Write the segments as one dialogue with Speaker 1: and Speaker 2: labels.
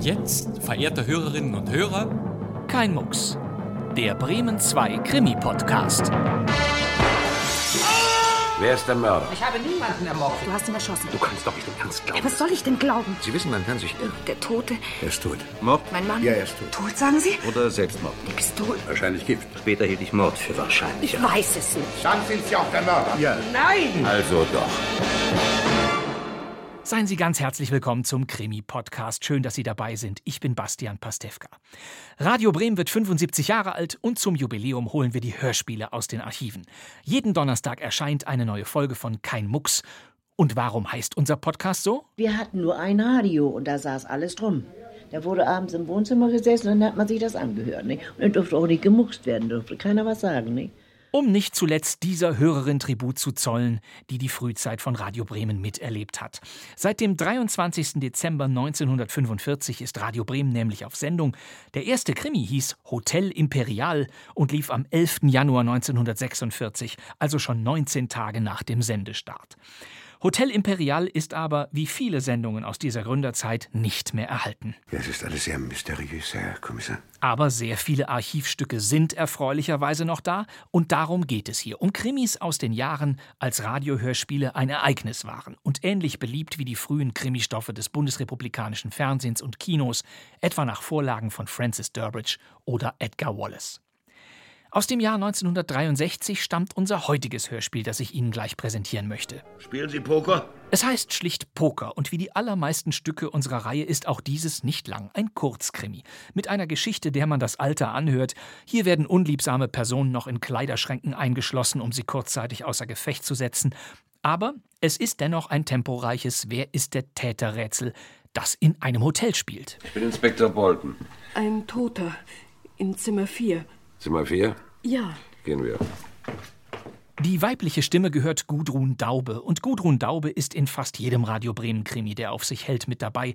Speaker 1: jetzt, verehrte Hörerinnen und Hörer,
Speaker 2: Kein Mucks. Der Bremen 2 Krimi-Podcast.
Speaker 3: Wer ist der Mörder?
Speaker 4: Ich habe niemanden ermordet.
Speaker 5: Du hast ihn erschossen.
Speaker 3: Du kannst doch nicht im Ernst glauben.
Speaker 5: Was soll ich denn glauben?
Speaker 3: Sie wissen, man kann sich irren.
Speaker 5: Der Tote,
Speaker 3: Er ist tot.
Speaker 5: mein Mann. Ja, er ist tot. Tot, sagen Sie?
Speaker 3: Oder Selbstmord.
Speaker 5: Ist tot.
Speaker 3: Wahrscheinlich Gift. Später hielt ich Mord für wahrscheinlich.
Speaker 5: Ich weiß es nicht.
Speaker 6: Dann sind Sie auch der Mörder.
Speaker 4: Nein!
Speaker 3: Also doch.
Speaker 2: Seien Sie ganz herzlich willkommen zum Krimi-Podcast. Schön, dass Sie dabei sind. Ich bin Bastian Pastewka. Radio Bremen wird 75 Jahre alt und zum Jubiläum holen wir die Hörspiele aus den Archiven. Jeden Donnerstag erscheint eine neue Folge von Kein Mucks. Und warum heißt unser Podcast so?
Speaker 7: Wir hatten nur ein Radio und da saß alles drum. Da wurde abends im Wohnzimmer gesessen und dann hat man sich das angehört. Nicht? Und dann durfte auch nicht gemuxt werden, durfte keiner was sagen. Nicht?
Speaker 2: Um nicht zuletzt dieser Hörerin Tribut zu zollen, die die Frühzeit von Radio Bremen miterlebt hat. Seit dem 23. Dezember 1945 ist Radio Bremen nämlich auf Sendung. Der erste Krimi hieß Hotel Imperial und lief am 11. Januar 1946, also schon 19 Tage nach dem Sendestart. Hotel Imperial ist aber, wie viele Sendungen aus dieser Gründerzeit, nicht mehr erhalten.
Speaker 6: Das ist alles sehr mysteriös, Herr Kommissar.
Speaker 2: Aber sehr viele Archivstücke sind erfreulicherweise noch da und darum geht es hier, um Krimis aus den Jahren, als Radiohörspiele ein Ereignis waren und ähnlich beliebt wie die frühen Krimistoffe des bundesrepublikanischen Fernsehens und Kinos, etwa nach Vorlagen von Francis Durbridge oder Edgar Wallace. Aus dem Jahr 1963 stammt unser heutiges Hörspiel, das ich Ihnen gleich präsentieren möchte.
Speaker 8: Spielen Sie Poker?
Speaker 2: Es heißt schlicht Poker und wie die allermeisten Stücke unserer Reihe ist auch dieses nicht lang, ein Kurzkrimi. Mit einer Geschichte, der man das Alter anhört. Hier werden unliebsame Personen noch in Kleiderschränken eingeschlossen, um sie kurzzeitig außer Gefecht zu setzen. Aber es ist dennoch ein temporeiches Wer ist der Täterrätsel, das in einem Hotel spielt.
Speaker 3: Ich bin Inspektor Bolton.
Speaker 9: Ein Toter im Zimmer 4.
Speaker 3: Zimmer 4?
Speaker 9: Ja,
Speaker 3: Gehen wir.
Speaker 2: Die weibliche Stimme gehört Gudrun Daube und Gudrun Daube ist in fast jedem Radio Bremen Krimi, der auf sich hält, mit dabei.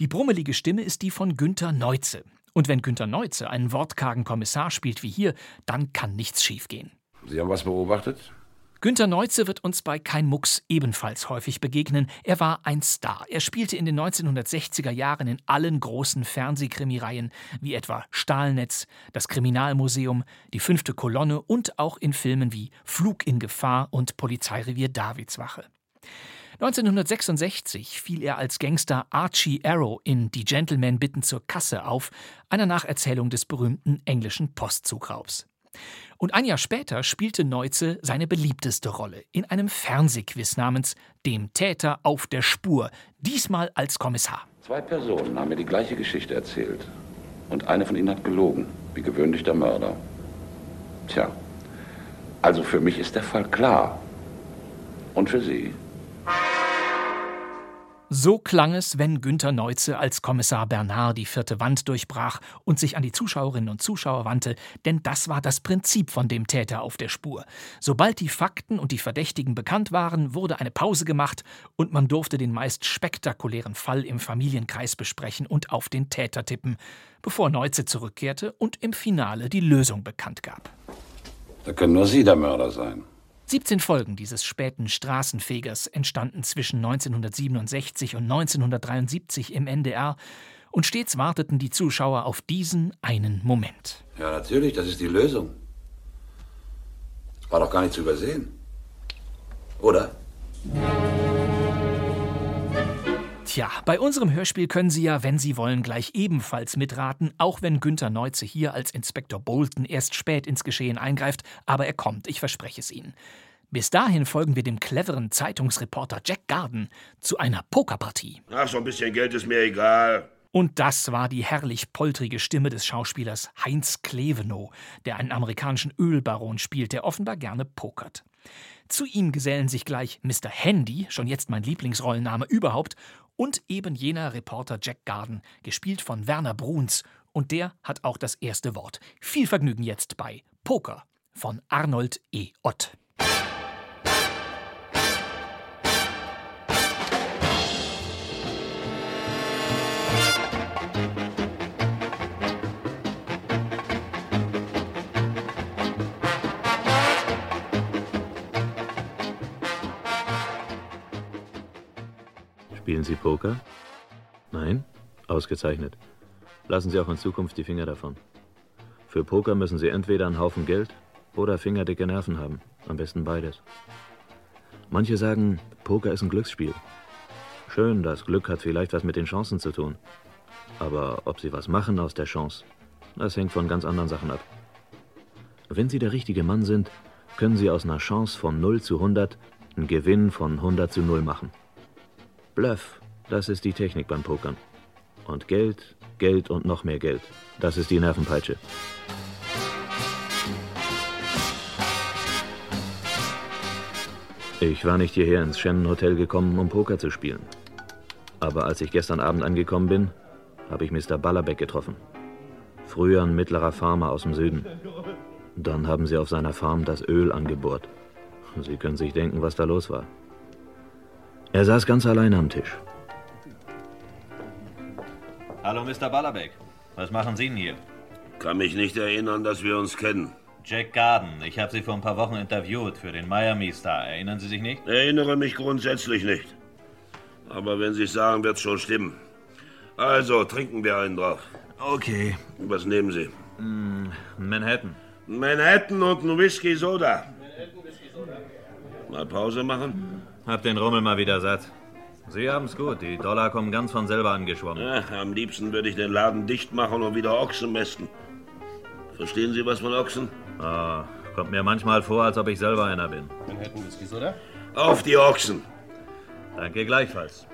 Speaker 2: Die brummelige Stimme ist die von Günther Neuze. Und wenn Günther Neuze einen wortkargen Kommissar spielt wie hier, dann kann nichts schiefgehen.
Speaker 3: Sie haben was beobachtet?
Speaker 2: Günter Neuze wird uns bei Kein Mucks ebenfalls häufig begegnen. Er war ein Star. Er spielte in den 1960er Jahren in allen großen Fernsehkrimireihen, wie etwa Stahlnetz, das Kriminalmuseum, die fünfte Kolonne und auch in Filmen wie Flug in Gefahr und Polizeirevier Davidswache. 1966 fiel er als Gangster Archie Arrow in Die Gentlemen bitten zur Kasse auf, einer Nacherzählung des berühmten englischen Postzugraubs. Und ein Jahr später spielte Neuze seine beliebteste Rolle in einem Fernsehquiz namens Dem Täter auf der Spur, diesmal als Kommissar.
Speaker 10: Zwei Personen haben mir die gleiche Geschichte erzählt. Und eine von ihnen hat gelogen, wie gewöhnlich der Mörder. Tja, also für mich ist der Fall klar. Und für Sie?
Speaker 2: So klang es, wenn Günther Neuze als Kommissar Bernard die vierte Wand durchbrach und sich an die Zuschauerinnen und Zuschauer wandte, denn das war das Prinzip von dem Täter auf der Spur. Sobald die Fakten und die Verdächtigen bekannt waren, wurde eine Pause gemacht und man durfte den meist spektakulären Fall im Familienkreis besprechen und auf den Täter tippen, bevor Neuze zurückkehrte und im Finale die Lösung bekannt gab.
Speaker 10: Da können nur Sie der Mörder sein.
Speaker 2: 17 Folgen dieses späten Straßenfegers entstanden zwischen 1967 und 1973 im NDR und stets warteten die Zuschauer auf diesen einen Moment.
Speaker 10: Ja, natürlich, das ist die Lösung. War doch gar nicht zu übersehen. Oder?
Speaker 2: Tja, bei unserem Hörspiel können Sie ja, wenn Sie wollen, gleich ebenfalls mitraten, auch wenn Günther Neuze hier als Inspektor Bolton erst spät ins Geschehen eingreift, aber er kommt, ich verspreche es Ihnen. Bis dahin folgen wir dem cleveren Zeitungsreporter Jack Garden zu einer Pokerpartie.
Speaker 8: Ach, so ein bisschen Geld ist mir egal.
Speaker 2: Und das war die herrlich poltrige Stimme des Schauspielers Heinz Klevenow, der einen amerikanischen Ölbaron spielt, der offenbar gerne pokert. Zu ihm gesellen sich gleich Mr. Handy, schon jetzt mein Lieblingsrollenname überhaupt, und eben jener Reporter Jack Garden, gespielt von Werner Bruns. Und der hat auch das erste Wort. Viel Vergnügen jetzt bei Poker von Arnold E. Ott.
Speaker 11: Spielen Sie Poker? Nein? Ausgezeichnet. Lassen Sie auch in Zukunft die Finger davon. Für Poker müssen Sie entweder einen Haufen Geld oder fingerdicke Nerven haben. Am besten beides. Manche sagen, Poker ist ein Glücksspiel. Schön, das Glück hat vielleicht was mit den Chancen zu tun. Aber ob Sie was machen aus der Chance, das hängt von ganz anderen Sachen ab. Wenn Sie der richtige Mann sind, können Sie aus einer Chance von 0 zu 100 einen Gewinn von 100 zu 0 machen. Bluff, das ist die Technik beim Pokern. Und Geld, Geld und noch mehr Geld, das ist die Nervenpeitsche. Ich war nicht hierher ins Shannon Hotel gekommen, um Poker zu spielen. Aber als ich gestern Abend angekommen bin, habe ich Mr. Ballerbeck getroffen. Früher ein mittlerer Farmer aus dem Süden. Dann haben sie auf seiner Farm das Öl angebohrt. Sie können sich denken, was da los war. Er saß ganz allein am Tisch.
Speaker 12: Hallo, Mr. Ballerbeck. Was machen Sie denn hier?
Speaker 8: Kann mich nicht erinnern, dass wir uns kennen.
Speaker 12: Jack Garden. Ich habe Sie vor ein paar Wochen interviewt für den Miami Star. Erinnern Sie sich nicht?
Speaker 8: Erinnere mich grundsätzlich nicht. Aber wenn Sie sagen, wird's schon stimmen. Also, trinken wir einen drauf.
Speaker 12: Okay.
Speaker 8: Was nehmen Sie?
Speaker 12: Manhattan.
Speaker 8: Manhattan und ein Whisky Soda. Mal Pause machen?
Speaker 12: Hab den Rummel mal wieder satt. Sie haben's gut. Die Dollar kommen ganz von selber angeschwommen.
Speaker 8: Ach, am liebsten würde ich den Laden dicht machen und wieder Ochsen mästen. Verstehen Sie was von Ochsen?
Speaker 12: Ah, kommt mir manchmal vor, als ob ich selber einer bin.
Speaker 8: Manhattan Whiskys, oder? Auf die Ochsen.
Speaker 12: Danke gleichfalls.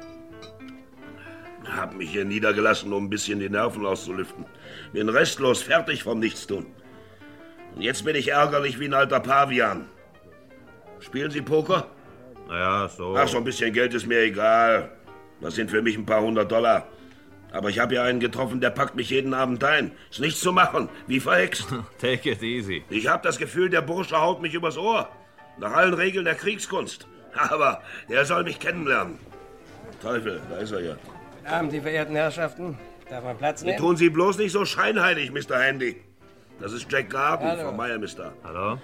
Speaker 8: Hab mich hier niedergelassen, um ein bisschen die Nerven auszulüften. Bin restlos fertig vom Nichtstun. Und jetzt bin ich ärgerlich wie ein alter Pavian. Spielen Sie Poker?
Speaker 12: Ja,
Speaker 11: Oh.
Speaker 12: so.
Speaker 8: Ach, so ein bisschen Geld ist mir egal. Das sind für mich ein paar hundert Dollar. Aber ich habe ja einen getroffen, der packt mich jeden Abend ein. Ist nichts zu machen. Wie verhext.
Speaker 12: Take it easy.
Speaker 8: Ich habe das Gefühl, der Bursche haut mich übers Ohr. Nach allen Regeln der Kriegskunst. Aber er soll mich kennenlernen. Teufel, da ist er ja.
Speaker 13: Guten Abend, die verehrten Herrschaften. Darf man Platz
Speaker 8: Sie
Speaker 13: nehmen?
Speaker 8: tun Sie bloß nicht so scheinheilig, Mr. Handy. Das ist Jack Garden
Speaker 13: Hallo.
Speaker 8: vom Miami Star.
Speaker 12: Hallo?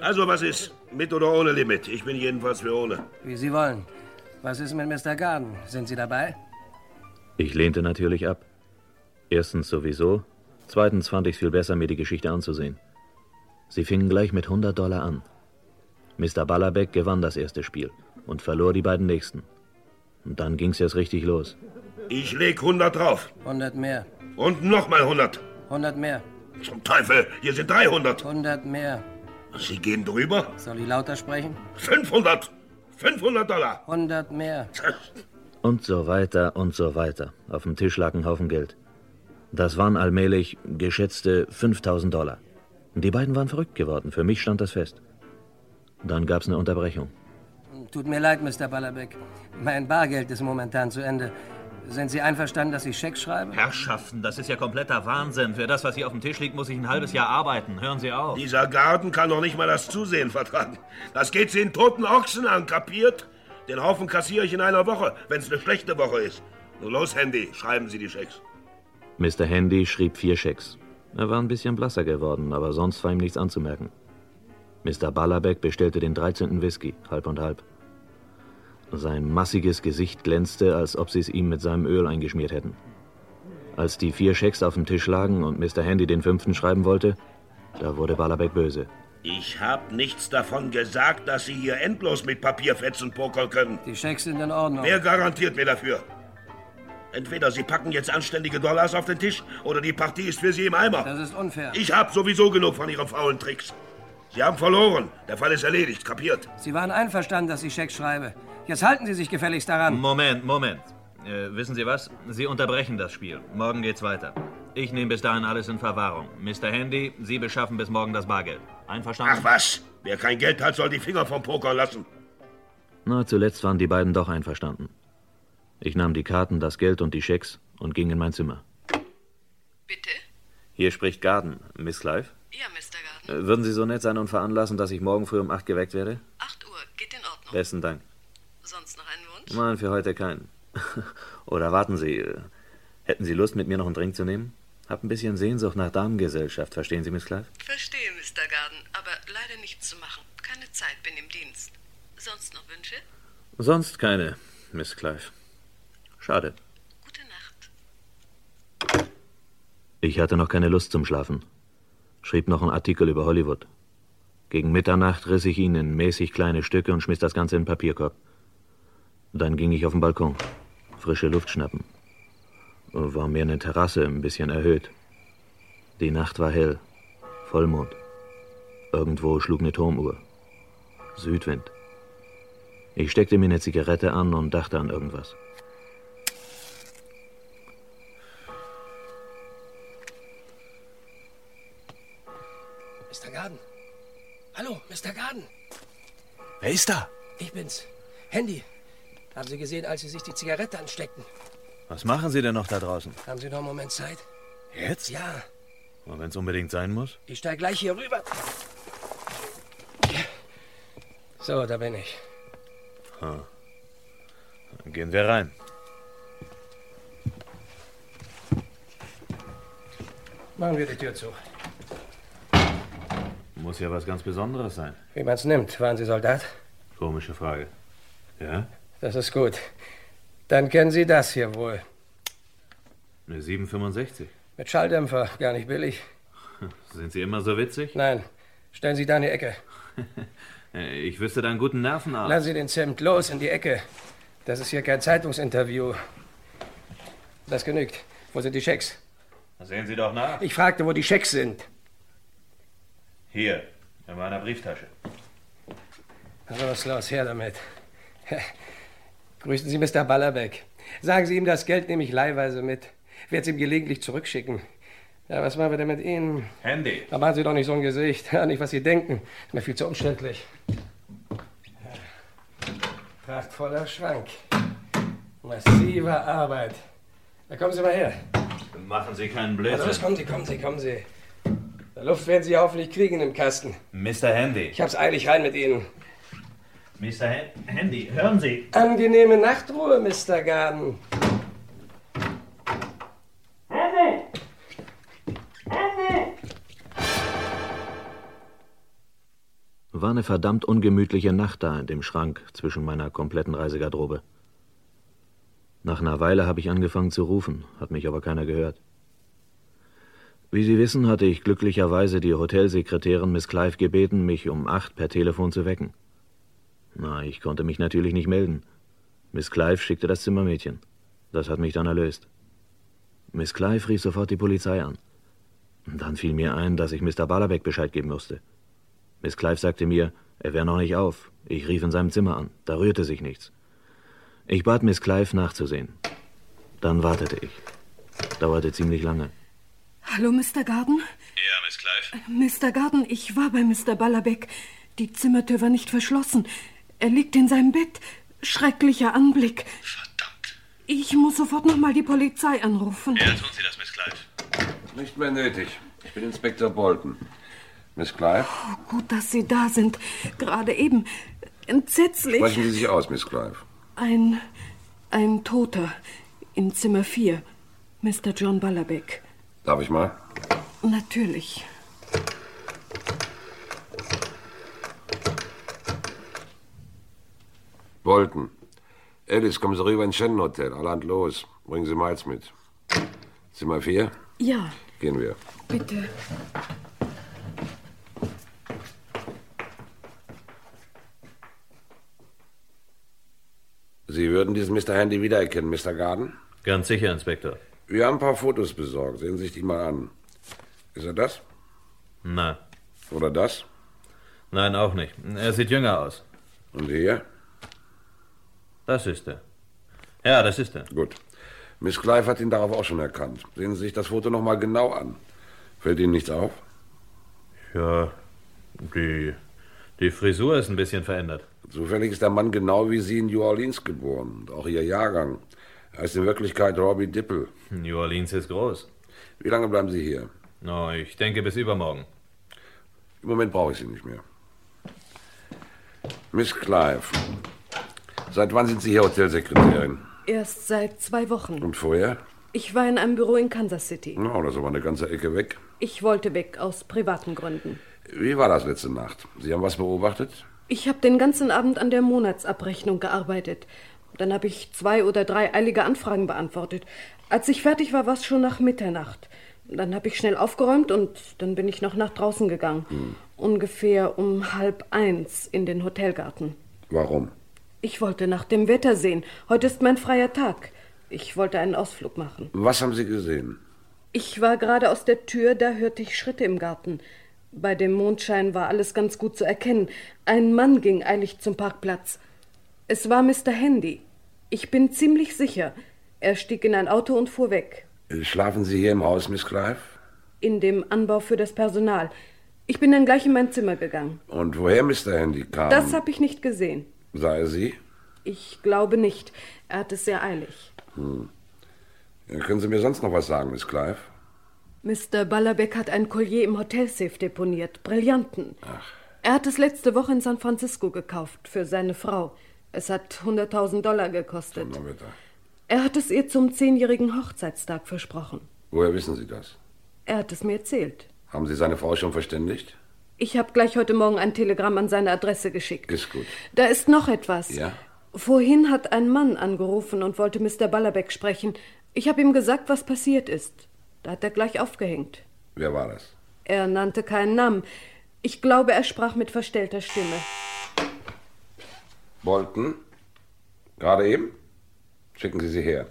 Speaker 8: Also, was ist? Mit oder ohne Limit? Ich bin jedenfalls für ohne.
Speaker 13: Wie Sie wollen. Was ist mit Mr. Garden? Sind Sie dabei?
Speaker 11: Ich lehnte natürlich ab. Erstens sowieso, zweitens fand ich es viel besser, mir die Geschichte anzusehen. Sie fingen gleich mit 100 Dollar an. Mr. Ballerbeck gewann das erste Spiel und verlor die beiden nächsten. Und dann ging's erst richtig los.
Speaker 8: Ich leg 100 drauf.
Speaker 13: 100 mehr.
Speaker 8: Und nochmal 100.
Speaker 13: 100 mehr.
Speaker 8: Zum Teufel, hier sind 300.
Speaker 13: 100 mehr.
Speaker 8: Sie gehen drüber?
Speaker 13: Soll ich lauter sprechen?
Speaker 8: 500. 500 Dollar.
Speaker 13: 100 mehr.
Speaker 11: Und so weiter und so weiter. Auf dem Tisch lag ein Haufen Geld. Das waren allmählich geschätzte 5000 Dollar. Die beiden waren verrückt geworden, für mich stand das fest. Dann gab's eine Unterbrechung.
Speaker 13: Tut mir leid, Mr. Ballerbeck. Mein Bargeld ist momentan zu Ende. Sind Sie einverstanden, dass ich Schecks schreibe?
Speaker 12: Herrschaften, das ist ja kompletter Wahnsinn. Für das, was hier auf dem Tisch liegt, muss ich ein halbes Jahr arbeiten. Hören Sie
Speaker 11: Genau.
Speaker 12: auf.
Speaker 8: Dieser Garten kann doch nicht mal das Zusehen vertragen. Das geht sie in toten Ochsen an, kapiert? Den Haufen kassiere ich in einer Woche, wenn es eine schlechte Woche ist. Nur los, Handy, schreiben Sie die Schecks.
Speaker 11: Mr. Handy schrieb vier Schecks. Er war ein bisschen blasser geworden, aber sonst war ihm nichts anzumerken. Mr. Ballerbeck bestellte den 13. Whisky, halb und halb. Sein massiges Gesicht glänzte, als ob sie es ihm mit seinem Öl eingeschmiert hätten. Als die vier Schecks auf dem Tisch lagen und Mr. Handy den fünften schreiben wollte, da wurde Ballerbeck böse.
Speaker 8: Ich hab nichts davon gesagt, dass Sie hier endlos mit Papierfetzen pokern können.
Speaker 13: Die Schecks sind in Ordnung.
Speaker 8: Wer garantiert mir dafür? Entweder Sie packen jetzt anständige Dollars auf den Tisch oder die Partie ist für Sie im Eimer.
Speaker 13: Das ist unfair.
Speaker 8: Ich hab sowieso genug von Ihren faulen Tricks. Sie haben verloren. Der Fall ist erledigt, kapiert?
Speaker 13: Sie waren einverstanden, dass ich Schecks schreibe. Jetzt halten Sie sich gefälligst
Speaker 11: Hm.
Speaker 13: daran.
Speaker 12: Moment, Moment. Äh, wissen Sie was? Sie unterbrechen das Spiel. Morgen geht's weiter. Ich nehme bis dahin alles in Verwahrung. Mr. Handy, Sie beschaffen bis morgen das Bargeld. Einverstanden?
Speaker 8: Ach was, wer kein Geld hat, soll die Finger vom Poker lassen.
Speaker 11: Na, zuletzt waren die beiden doch einverstanden. Ich nahm die Karten, das Geld und die Schecks und ging in mein Zimmer.
Speaker 14: Bitte?
Speaker 11: Hier spricht Garden. Miss Clive?
Speaker 14: Ja, Mr. Garden.
Speaker 11: Äh, Würden Sie so nett sein und veranlassen, dass ich morgen früh um 8 geweckt werde?
Speaker 5: Äh.
Speaker 14: 8 Uhr, geht in Ordnung.
Speaker 11: Besten Dank.
Speaker 14: Sonst noch einen Wunsch?
Speaker 11: Nein, für heute keinen. Oder warten Sie, äh, hätten Sie Lust, mit mir noch einen Drink zu nehmen? Hab ein bisschen Sehnsucht nach Damengesellschaft, verstehen Sie, Miss Clive?
Speaker 14: Verstehe, Mr. Garden, aber leider nichts zu machen. Keine Zeit, bin im Dienst. Sonst noch Wünsche?
Speaker 11: Sonst keine, Miss Clive. Schade. Ich hatte noch keine Lust zum Schlafen. Schrieb noch einen Artikel über Hollywood. Gegen Mitternacht riss ich ihn in mäßig kleine Stücke und schmiss das Ganze in den Papierkorb. Dann ging ich auf den Balkon. Frische Luft schnappen. War mehr eine Terrasse, ein bisschen erhöht. Die Nacht war hell. Vollmond. Irgendwo schlug eine Turmuhr. Südwind. Ich steckte mir eine Zigarette an und dachte an irgendwas.
Speaker 15: Mr. Garden. Hallo, Mr. Garden.
Speaker 16: Wer ist da?
Speaker 15: Ich bin's. Handy. Haben Sie gesehen, als Sie sich die Zigarette ansteckten?
Speaker 16: Was machen Sie denn noch da draußen?
Speaker 15: Haben Sie noch einen Moment Zeit?
Speaker 16: Jetzt?
Speaker 15: Ja,
Speaker 16: Und wenn es unbedingt sein muss?
Speaker 15: ich steig gleich hier rüber. So, da bin ich.
Speaker 16: Ha. Dann gehen wir rein.
Speaker 17: Machen wir die Tür zu.
Speaker 11: Muss ja was ganz Besonderes sein.
Speaker 17: Wie man's nimmt, waren Sie Soldat?
Speaker 11: Komische Frage. Ja?
Speaker 17: Das ist gut. Dann kennen Sie das hier wohl.
Speaker 11: Eine 765.
Speaker 17: Mit Schalldämpfer, gar nicht billig.
Speaker 11: Sind Sie immer so witzig?
Speaker 17: Nein, stellen Sie da in die Ecke.
Speaker 11: Äh, Ich wüsste da einen guten Nervenarzt.
Speaker 17: Lassen Sie den Zimt los in die Ecke. Das ist hier kein Zeitungsinterview. Das genügt. Wo sind die Schecks?
Speaker 11: Sehen Sie doch nach.
Speaker 17: Ich fragte, wo die Schecks sind.
Speaker 11: Hier, in meiner Brieftasche.
Speaker 17: Los, Also los, her damit. Grüßen Sie Mr. Ballerbeck. Sagen Sie ihm, das Geld nehme ich leihweise mit. Werde es ihm gelegentlich zurückschicken. Ja, was machen wir denn mit Ihnen?
Speaker 11: Handy.
Speaker 17: Da machen Sie doch nicht so ein Gesicht. Ja, nicht, was Sie denken. Ist mir viel zu umständlich. Prachtvoller Schrank. Massive Arbeit. Da kommen Sie mal her.
Speaker 11: Machen Sie keinen
Speaker 17: Also,
Speaker 11: Blödsinn.
Speaker 17: los, kommen Sie, kommen Sie, kommen Sie. Der Luft werden Sie hoffentlich kriegen im Kasten.
Speaker 11: Mr. Handy.
Speaker 17: Ich hab's eilig rein mit Ihnen.
Speaker 11: Mr. Hen- Handy, hören Sie.
Speaker 17: Angenehme Nachtruhe, Mr. Garden.
Speaker 11: War eine verdammt ungemütliche Nacht da in dem Schrank zwischen meiner kompletten Reisegarderobe. Nach einer Weile habe ich angefangen zu rufen, hat mich aber keiner gehört. Wie Sie wissen, hatte ich glücklicherweise die Hotelsekretärin Miss Clive gebeten, mich um acht per Telefon zu wecken. Na, ich konnte mich natürlich nicht melden. Miss Clive schickte das Zimmermädchen. Das hat mich dann erlöst. Miss Clive rief sofort die Polizei an. Dann fiel mir ein, dass ich Mr. Ballerbeck Bescheid geben musste. Miss Clive sagte mir, er wäre noch nicht auf. Ich rief in seinem Zimmer an. Da rührte sich nichts. Ich bat Miss Clive nachzusehen. Dann wartete ich. Dauerte ziemlich lange.
Speaker 9: Hallo, Mr. Garden.
Speaker 11: Ja, Miss Clive.
Speaker 9: Mr. Garden, ich war bei Mr. Ballerbeck. Die Zimmertür war nicht verschlossen. Er liegt in seinem Bett. Schrecklicher Anblick. Verdammt. Ich muss sofort nochmal die Polizei anrufen.
Speaker 3: tun Sie das, Miss Clive. Nicht mehr nötig. Ich bin Inspektor Bolton. Miss Clive,
Speaker 9: Oh, Gut, dass Sie da sind. Gerade eben. Entsetzlich.
Speaker 3: sprechen Sie sich aus, Miss Clive.
Speaker 9: Ein. ein Toter. In Zimmer 4. Mr. John Ballerbeck.
Speaker 3: Darf ich mal?
Speaker 9: Natürlich.
Speaker 3: Bolton. Alice, kommen Sie rüber ins Shannon Hotel. Alland los. Bringen Sie Miles mit. Zimmer 4?
Speaker 9: Ja,
Speaker 3: Gehen wir.
Speaker 9: bitte.
Speaker 3: Sie würden diesen Mr. Handy wiedererkennen, Mr. Garden?
Speaker 11: Ganz sicher, Inspektor.
Speaker 3: Wir haben ein paar Fotos besorgt. Sehen Sie sich die mal an. Ist er das?
Speaker 11: Na.
Speaker 3: Oder das?
Speaker 11: Nein, auch nicht. Er sieht jünger aus.
Speaker 3: Und hier?
Speaker 11: Das ist er. Ja, das ist er.
Speaker 3: Gut. Miss Clive hat ihn darauf auch schon erkannt. Sehen Sie sich das Foto noch mal genau an. Fällt Ihnen nichts auf?
Speaker 11: Ja, die, die Frisur ist ein bisschen verändert.
Speaker 3: Zufällig ist der Mann genau wie Sie in New Orleans geboren. Und auch Ihr Jahrgang. Er ist in Wirklichkeit Robbie Dippel.
Speaker 11: New Orleans ist groß.
Speaker 3: Wie lange bleiben Sie hier?
Speaker 11: No, ich denke bis übermorgen.
Speaker 3: Im Moment brauche ich Sie nicht mehr. Miss Clive, seit wann sind Sie hier Hotelsekretärin?
Speaker 9: Erst seit zwei Wochen.
Speaker 3: Und vorher?
Speaker 9: Ich war in einem Büro in Kansas City.
Speaker 3: Na, das ist aber eine ganze Ecke weg.
Speaker 9: Ich wollte weg, aus privaten Gründen.
Speaker 3: Wie war das letzte Nacht? Sie haben was beobachtet?
Speaker 9: Ich habe den ganzen Abend an der Monatsabrechnung gearbeitet. Dann habe ich zwei oder drei eilige Anfragen beantwortet. Als ich fertig war, war es schon nach Mitternacht. Dann habe ich schnell aufgeräumt und dann bin ich noch nach draußen gegangen.
Speaker 3: Hm.
Speaker 9: Ungefähr um halb eins in den Hotelgarten.
Speaker 3: Warum?
Speaker 9: Ich wollte nach dem Wetter sehen. Heute ist mein freier Tag. Ich wollte einen Ausflug machen.
Speaker 3: Was haben Sie gesehen?
Speaker 9: Ich war gerade aus der Tür, da hörte ich Schritte im Garten. Bei dem Mondschein war alles ganz gut zu erkennen. Ein Mann ging eilig zum Parkplatz. Es war Mr. Handy. Ich bin ziemlich sicher. Er stieg in ein Auto und fuhr weg.
Speaker 3: Äh, Schlafen Sie hier im Haus, Miss Clive?
Speaker 9: In dem Anbau für das Personal. Ich bin dann gleich in mein Zimmer gegangen.
Speaker 3: Und woher Mr. Handy kam?
Speaker 9: Das habe ich nicht gesehen.
Speaker 3: Sah er Sie?
Speaker 9: Ich glaube nicht. Er hat es sehr eilig.
Speaker 3: Hm. Ja, Können Sie mir sonst noch was sagen, Miss Clive?
Speaker 9: Mr. Ballerbeck hat ein Collier im Hotelsafe deponiert. Brillanten. Er hat es letzte Woche in San Francisco gekauft für seine Frau. Es hat 100.000 Dollar gekostet.
Speaker 3: Na bitte.
Speaker 9: Er hat es ihr zum zehnjährigen Hochzeitstag versprochen.
Speaker 3: Woher wissen Sie das?
Speaker 9: Er hat es mir erzählt.
Speaker 3: Haben Sie seine Frau schon verständigt?
Speaker 9: Ich habe gleich heute Morgen ein Telegramm an seine Adresse geschickt.
Speaker 3: Ist gut.
Speaker 9: Da ist noch etwas.
Speaker 3: Ja?
Speaker 9: Vorhin hat ein Mann angerufen und wollte Mr. Ballerbeck sprechen. Ich habe ihm gesagt, was passiert ist. Da hat er gleich aufgehängt.
Speaker 3: Wer war das?
Speaker 9: Er nannte keinen Namen. Ich glaube, er sprach mit verstellter Stimme.
Speaker 3: Bolton? Gerade eben? Schicken Sie sie her.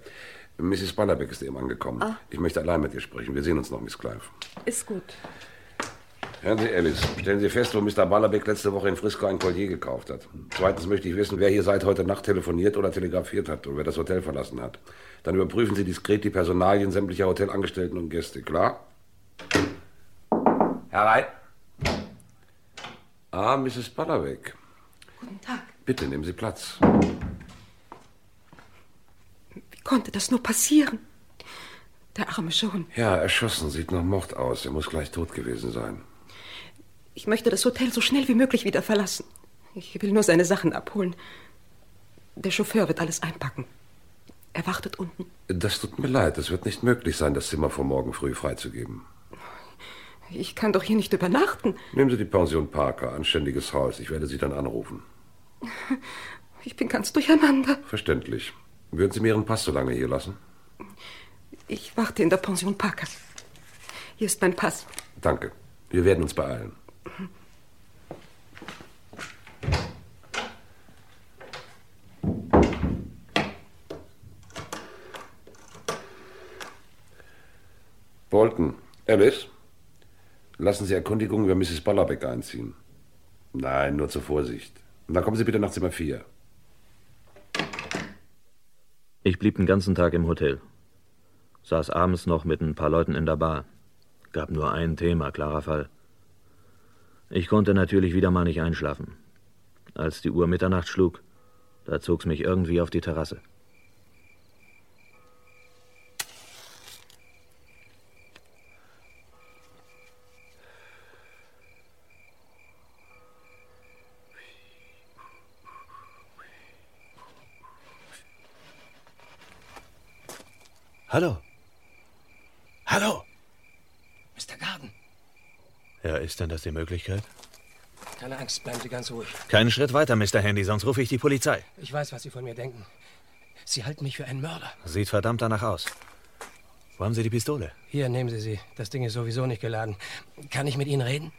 Speaker 3: Mrs. Ballerbeck ist eben angekommen.
Speaker 9: Ah.
Speaker 3: Ich möchte allein mit ihr sprechen. Wir sehen uns noch, Miss Clive.
Speaker 9: Ist gut.
Speaker 3: Hören Sie, Alice, stellen Sie fest, wo Mr. Ballerbeck letzte Woche in Frisco ein Collier gekauft hat. Zweitens möchte ich wissen, wer hier seit heute Nacht telefoniert oder telegrafiert hat und wer das Hotel verlassen hat. Dann überprüfen Sie diskret die Personalien sämtlicher Hotelangestellten und Gäste, klar? Herein. Ah, Mrs. Ballerbeck.
Speaker 18: Guten Tag.
Speaker 3: Bitte nehmen Sie Platz.
Speaker 18: Wie konnte das nur passieren? Der arme John.
Speaker 3: Ja, erschossen, sieht nach Mord aus. Er muss gleich tot gewesen sein.
Speaker 18: Ich möchte das Hotel so schnell wie möglich wieder verlassen. Ich will nur seine Sachen abholen. Der Chauffeur wird alles einpacken. Er wartet unten.
Speaker 3: Das tut mir leid, es wird nicht möglich sein, das Zimmer vor morgen früh freizugeben.
Speaker 18: Ich kann doch hier nicht übernachten.
Speaker 3: Nehmen Sie die Pension Parker, anständiges Haus. Ich werde Sie dann anrufen.
Speaker 18: Ich bin ganz durcheinander.
Speaker 3: Verständlich. Würden Sie mir Ihren Pass so lange hier lassen?
Speaker 18: Ich warte in der Pension Parker. Hier ist mein Pass.
Speaker 3: Danke. Wir werden uns beeilen. Bolton, Alice, lassen Sie Erkundigungen über Mrs. Ballerbeck einziehen. Nein, nur zur Vorsicht. Und dann kommen Sie bitte nach Zimmer 4.
Speaker 11: Ich blieb den ganzen Tag im Hotel. Saß abends noch mit ein paar Leuten in der Bar. Gab nur ein Thema, klarer Fall. Ich konnte natürlich wieder mal nicht einschlafen. Als die Uhr Mitternacht schlug, da zog's mich irgendwie auf die Terrasse.
Speaker 19: Hallo. Hallo.
Speaker 17: Mr. Garden.
Speaker 19: Ja, ist denn das die Möglichkeit?
Speaker 17: Keine Angst, bleiben Sie ganz ruhig.
Speaker 19: Keinen Schritt weiter, Mr. Handy, sonst rufe ich die Polizei.
Speaker 17: Ich weiß, was Sie von mir denken. Sie halten mich für einen Mörder.
Speaker 19: Sieht verdammt danach aus. Wo haben Sie die Pistole?
Speaker 17: Hier, nehmen Sie sie. Das Ding ist sowieso nicht geladen. Kann ich mit Ihnen reden?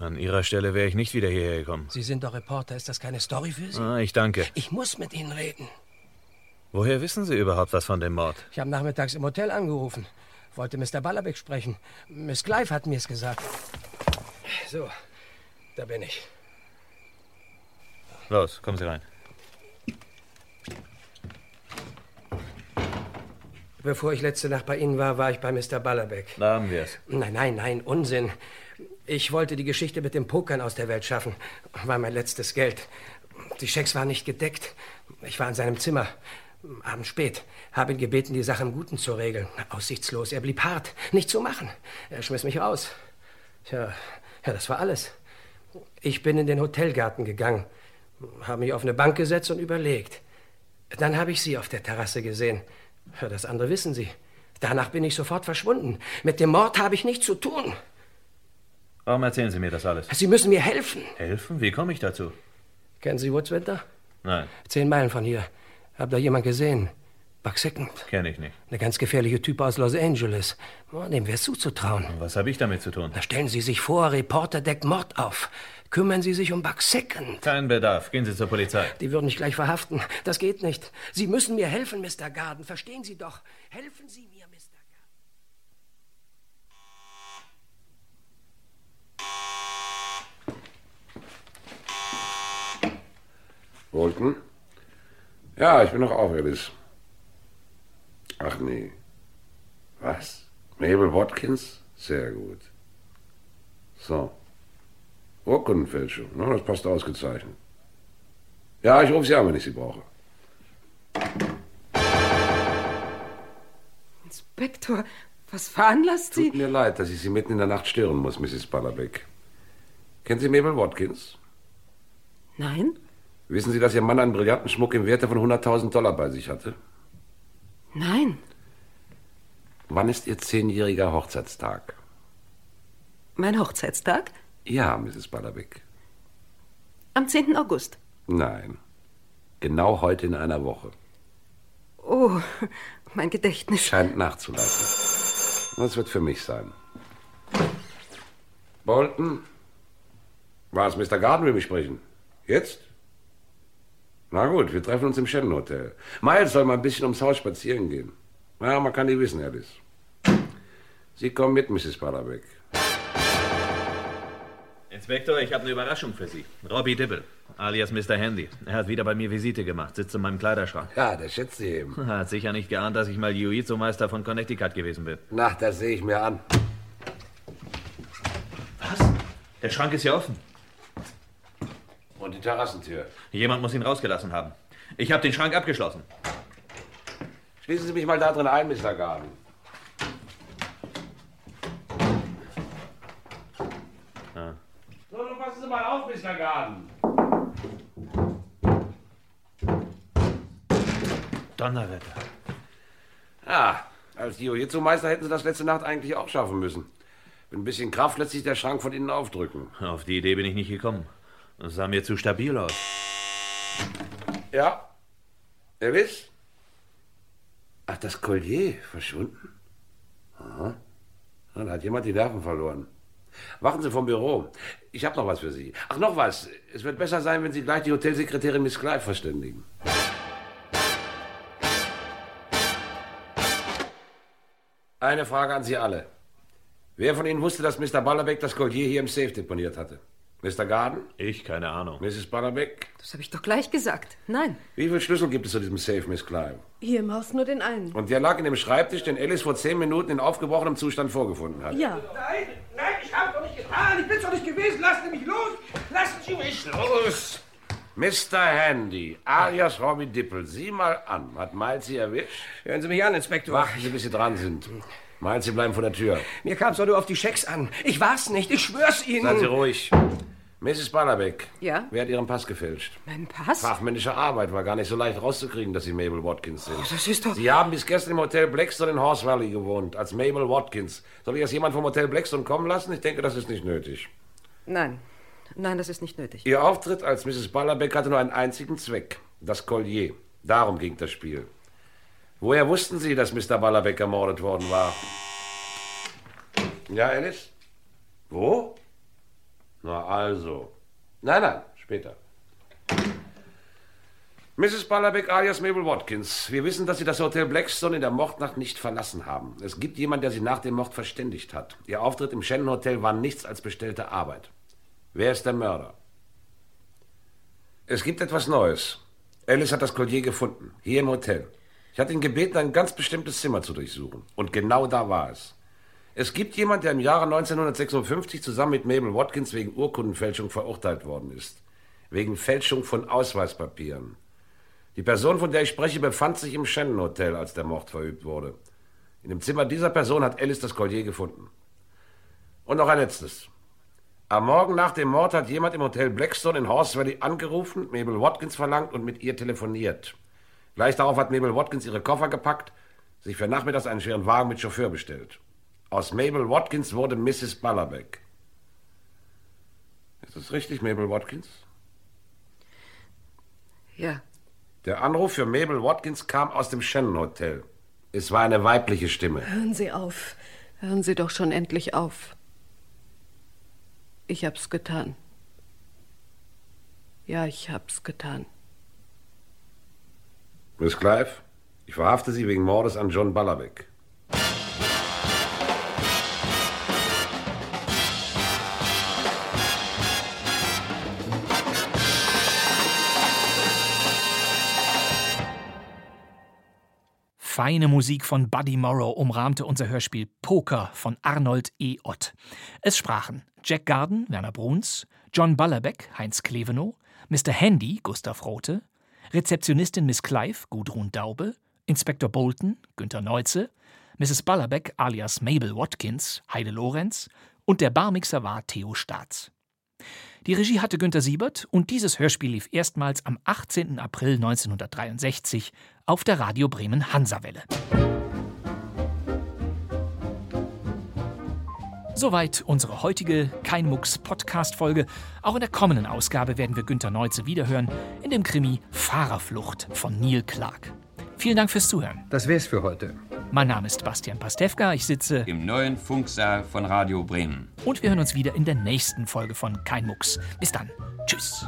Speaker 19: An Ihrer Stelle wäre ich nicht wieder hierher gekommen.
Speaker 17: Sie sind doch Reporter. Ist das keine Story für Sie?
Speaker 19: Ah, ich danke.
Speaker 17: Ich muss mit Ihnen reden.
Speaker 19: Woher wissen Sie überhaupt was von dem Mord?
Speaker 17: Ich habe nachmittags im Hotel angerufen. Wollte Mr. Ballerbeck sprechen. Miss Clive hat mir es gesagt. So, da bin ich.
Speaker 19: Los, kommen Sie rein.
Speaker 17: Bevor ich letzte Nacht bei Ihnen war, war ich bei Mr. Ballerbeck.
Speaker 19: Da haben wir es.
Speaker 17: Nein, nein, nein, Unsinn. Ich wollte die Geschichte mit dem Pokern aus der Welt schaffen. War mein letztes Geld. Die Schecks waren nicht gedeckt. Ich war in seinem Zimmer. Abends spät. Habe ihn gebeten, die Sache im Guten zu regeln. Aussichtslos. Er blieb hart. Nicht zu machen. Er schmiss mich raus. Tja, ja, das war alles. Ich bin in den Hotelgarten gegangen. Habe mich auf eine Bank gesetzt und überlegt. Dann habe ich sie auf der Terrasse gesehen. Ja, das andere wissen Sie. Danach bin ich sofort verschwunden. Mit dem Mord habe ich nichts zu tun.
Speaker 19: Warum erzählen Sie mir das alles?
Speaker 17: Sie müssen mir helfen.
Speaker 19: Helfen? Wie komme ich dazu?
Speaker 17: Kennen Sie Woodswinter?
Speaker 19: Nein.
Speaker 17: Zehn Meilen von hier. Hab da jemand gesehen. Buck Second.
Speaker 11: Kenne ich nicht.
Speaker 17: Der ganz gefährliche Typ aus Los Angeles. Oh, dem wär's zuzutrauen.
Speaker 11: Was habe ich damit zu tun?
Speaker 17: Na, stellen Sie sich vor, Reporter deckt Mord auf. Kümmern Sie sich um Buck Second.
Speaker 11: Kein Bedarf. Gehen Sie zur Polizei.
Speaker 17: Die würden mich gleich verhaften. Das geht nicht. Sie müssen mir helfen, Mr. Garden. Verstehen Sie doch. Helfen Sie mir, Mr.
Speaker 3: Bolton? Ja, ich bin noch auf, Alice. Ach nee. Was? Mabel Watkins? Sehr gut. So. Urkundenfälschung. Na, das passt ausgezeichnet. Ja, ich rufe sie an, wenn ich sie brauche.
Speaker 18: Inspektor, was veranlasst Sie?
Speaker 3: Tut mir leid, dass ich Sie mitten in der Nacht stören muss, Mrs. Ballerbeck. Kennen Sie Mabel Watkins?
Speaker 18: Nein?
Speaker 3: Wissen Sie, dass Ihr Mann einen brillanten Schmuck im Werte von 100.000 Dollar bei sich hatte?
Speaker 18: Nein.
Speaker 3: Wann ist Ihr zehnjähriger Hochzeitstag?
Speaker 18: Mein Hochzeitstag?
Speaker 3: Ja, Mrs. Ballerbeck.
Speaker 18: Am 10. August.
Speaker 3: Nein. Genau heute in einer Woche.
Speaker 18: Oh, mein Gedächtnis.
Speaker 3: Scheint nachzulassen. Das wird für mich sein. Bolton? Was, Mr. Garden will mich sprechen? Jetzt? Na gut, wir treffen uns im Shannon Hotel. Miles soll mal ein bisschen ums Haus spazieren gehen. Na, man kann nicht wissen, Alice. Sie kommen mit, Mrs. Ballerbeck.
Speaker 11: Inspektor, ich habe eine Überraschung für Sie. Robbie Dibble, alias Mr. Handy. Er hat wieder bei mir Visite gemacht, sitzt in meinem Kleiderschrank.
Speaker 3: Ja, das schätzt Sie eben.
Speaker 11: Er hat sicher nicht geahnt, dass ich mal Jiu-Jitsu-Meister von Connecticut gewesen bin.
Speaker 3: Na, das sehe ich mir an.
Speaker 11: Der Schrank ist ja offen.
Speaker 3: Und die Terrassentür.
Speaker 11: Jemand muss ihn rausgelassen haben. Ich habe den Schrank abgeschlossen.
Speaker 3: Schließen Sie mich mal da drin ein, Mr. Garden.
Speaker 11: Ah.
Speaker 3: So, nun passen Sie mal auf, Mr. Garden.
Speaker 11: Donnerwetter.
Speaker 3: Ah, als Jiu-Jitsu-Meister hätten Sie das letzte Nacht eigentlich auch schaffen müssen. Mit ein bisschen Kraft lässt sich der Schrank von innen aufdrücken.
Speaker 11: Auf die Idee bin ich nicht gekommen. Das sah mir zu stabil aus.
Speaker 3: Ja? Elvis? Ach, das Collier verschwunden? Aha. Na, Da hat jemand die Nerven verloren. Wachen Sie vom Büro. Ich habe noch was für Sie. Ach, noch was. Es wird besser sein, wenn Sie gleich die Hotelsekretärin Miss Clive verständigen. Eine Frage an Sie alle. Wer von Ihnen wusste, dass Mr. Ballerbeck das Collier hier im Safe deponiert hatte? Mr. Garden?
Speaker 11: Ich, keine Ahnung.
Speaker 3: Mrs. Ballerbeck?
Speaker 18: Das habe ich doch gleich gesagt. Nein.
Speaker 3: Wie viele Schlüssel gibt es zu diesem Safe, Miss Clive?
Speaker 9: Hier im Haus nur den einen.
Speaker 3: Und der lag in dem Schreibtisch, den Alice vor zehn Minuten in aufgebrochenem Zustand vorgefunden hat.
Speaker 9: Ja.
Speaker 4: Nein, nein, ich hab's doch nicht getan. Ich bin's doch nicht gewesen. Lassen Sie mich los. Lassen Sie mich los.
Speaker 3: Mr. Handy, alias Robbie Dippel, sieh mal an. Hat Miles Sie erwischt?
Speaker 17: Hören Sie mich an, Inspektor.
Speaker 3: Warten Sie, bis Sie dran sind. Miles, Sie bleiben vor der Tür.
Speaker 18: Hm.
Speaker 17: Mir kam's doch nur auf die Schecks an. Ich war's nicht. Ich schwör's Ihnen.
Speaker 3: Seien Sie ruhig. Mrs. Ballerbeck,
Speaker 18: Ja?
Speaker 3: wer hat Ihren Pass gefälscht?
Speaker 18: Mein Pass?
Speaker 3: Fachmännische Arbeit war gar nicht so leicht rauszukriegen, dass Sie Mabel Watkins sind.
Speaker 18: Oh, Das ist doch...
Speaker 3: Sie haben bis gestern im Hotel Blackstone in Horse Valley gewohnt, als Mabel Watkins. Soll ich jetzt jemand vom Hotel Blackstone kommen lassen? Ich denke, das ist nicht nötig.
Speaker 18: Nein. Nein, das ist nicht nötig.
Speaker 3: Ihr Auftritt als Mrs. Ballerbeck hatte nur einen einzigen Zweck: das Collier. Darum ging das Spiel. Woher wussten Sie, dass Mr. Ballerbeck ermordet worden war? Ja, Alice? Wo? Na also. Nein, nein, später. Mrs. Ballerbeck alias Mabel Watkins, wir wissen, dass Sie das Hotel Blackstone in der Mordnacht nicht verlassen haben. Es gibt jemanden, der Sie nach dem Mord verständigt hat. Ihr Auftritt im Shannon Hotel war nichts als bestellte Arbeit. Wer ist der Mörder? Es gibt etwas Neues. Alice hat das Collier gefunden, hier im Hotel. Ich hatte ihn gebeten, ein ganz bestimmtes Zimmer zu durchsuchen. Und genau da war es. Es gibt jemand, der im Jahre 1956 zusammen mit Mabel Watkins wegen Urkundenfälschung verurteilt worden ist. Wegen Fälschung von Ausweispapieren. Die Person, von der ich spreche, befand sich im Shannon Hotel, als der Mord verübt wurde. In dem Zimmer dieser Person hat Alice das Collier gefunden. Und noch ein letztes. Am Morgen nach dem Mord hat jemand im Hotel Blackstone in Horse Valley angerufen, Mabel Watkins verlangt und mit ihr telefoniert. Gleich darauf hat Mabel Watkins ihre Koffer gepackt, sich für nachmittags einen schweren Wagen mit Chauffeur bestellt. Aus Mabel Watkins wurde Mrs. Ballerbeck. Ist das richtig, Mabel Watkins?
Speaker 18: Ja.
Speaker 3: Der Anruf für Mabel Watkins kam aus dem Shannon Hotel. Es war eine weibliche Stimme.
Speaker 9: Hören Sie auf. Hören Sie doch schon endlich auf. Ich hab's getan. Ja, ich hab's getan.
Speaker 3: Miss Clive, ich verhafte Sie wegen Mordes an John Ballerbeck.
Speaker 2: Feine Musik von Buddy Morrow umrahmte unser Hörspiel Poker von Arnold E. Ott. Es sprachen Jack Garden, Werner Bruns, John Ballerbeck, Heinz Klevenow, Mr. Handy, Gustav Rothe, Rezeptionistin Miss Clive, Gudrun Daube, Inspektor Bolton, Günther Neuze, Mrs. Ballerbeck alias Mabel Watkins, Heide Lorenz und der Barmixer war Theo Staats. Die Regie hatte Günter Siebert und dieses Hörspiel lief erstmals am 18. April 1963 auf der Radio Bremen Hansawelle. Soweit unsere heutige Kein Mucks Podcast Folge. Auch in der kommenden Ausgabe werden wir Günter Neuze wiederhören in dem Krimi Fahrerflucht von Neil Clark. Vielen Dank fürs Zuhören.
Speaker 20: Das wär's für heute.
Speaker 2: Mein Name ist Bastian Pastewka, ich sitze
Speaker 21: im neuen Funksaal von Radio Bremen.
Speaker 2: und wir hören uns wieder in der nächsten Folge von Kein Mucks. Bis dann. Tschüss.